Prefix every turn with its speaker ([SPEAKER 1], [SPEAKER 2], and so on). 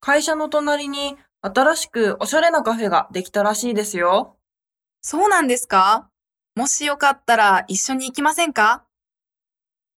[SPEAKER 1] 会社の隣に新しくおしゃれなカフェができたらしいですよ。
[SPEAKER 2] そうなんですかもしよかったら一緒に行きませんか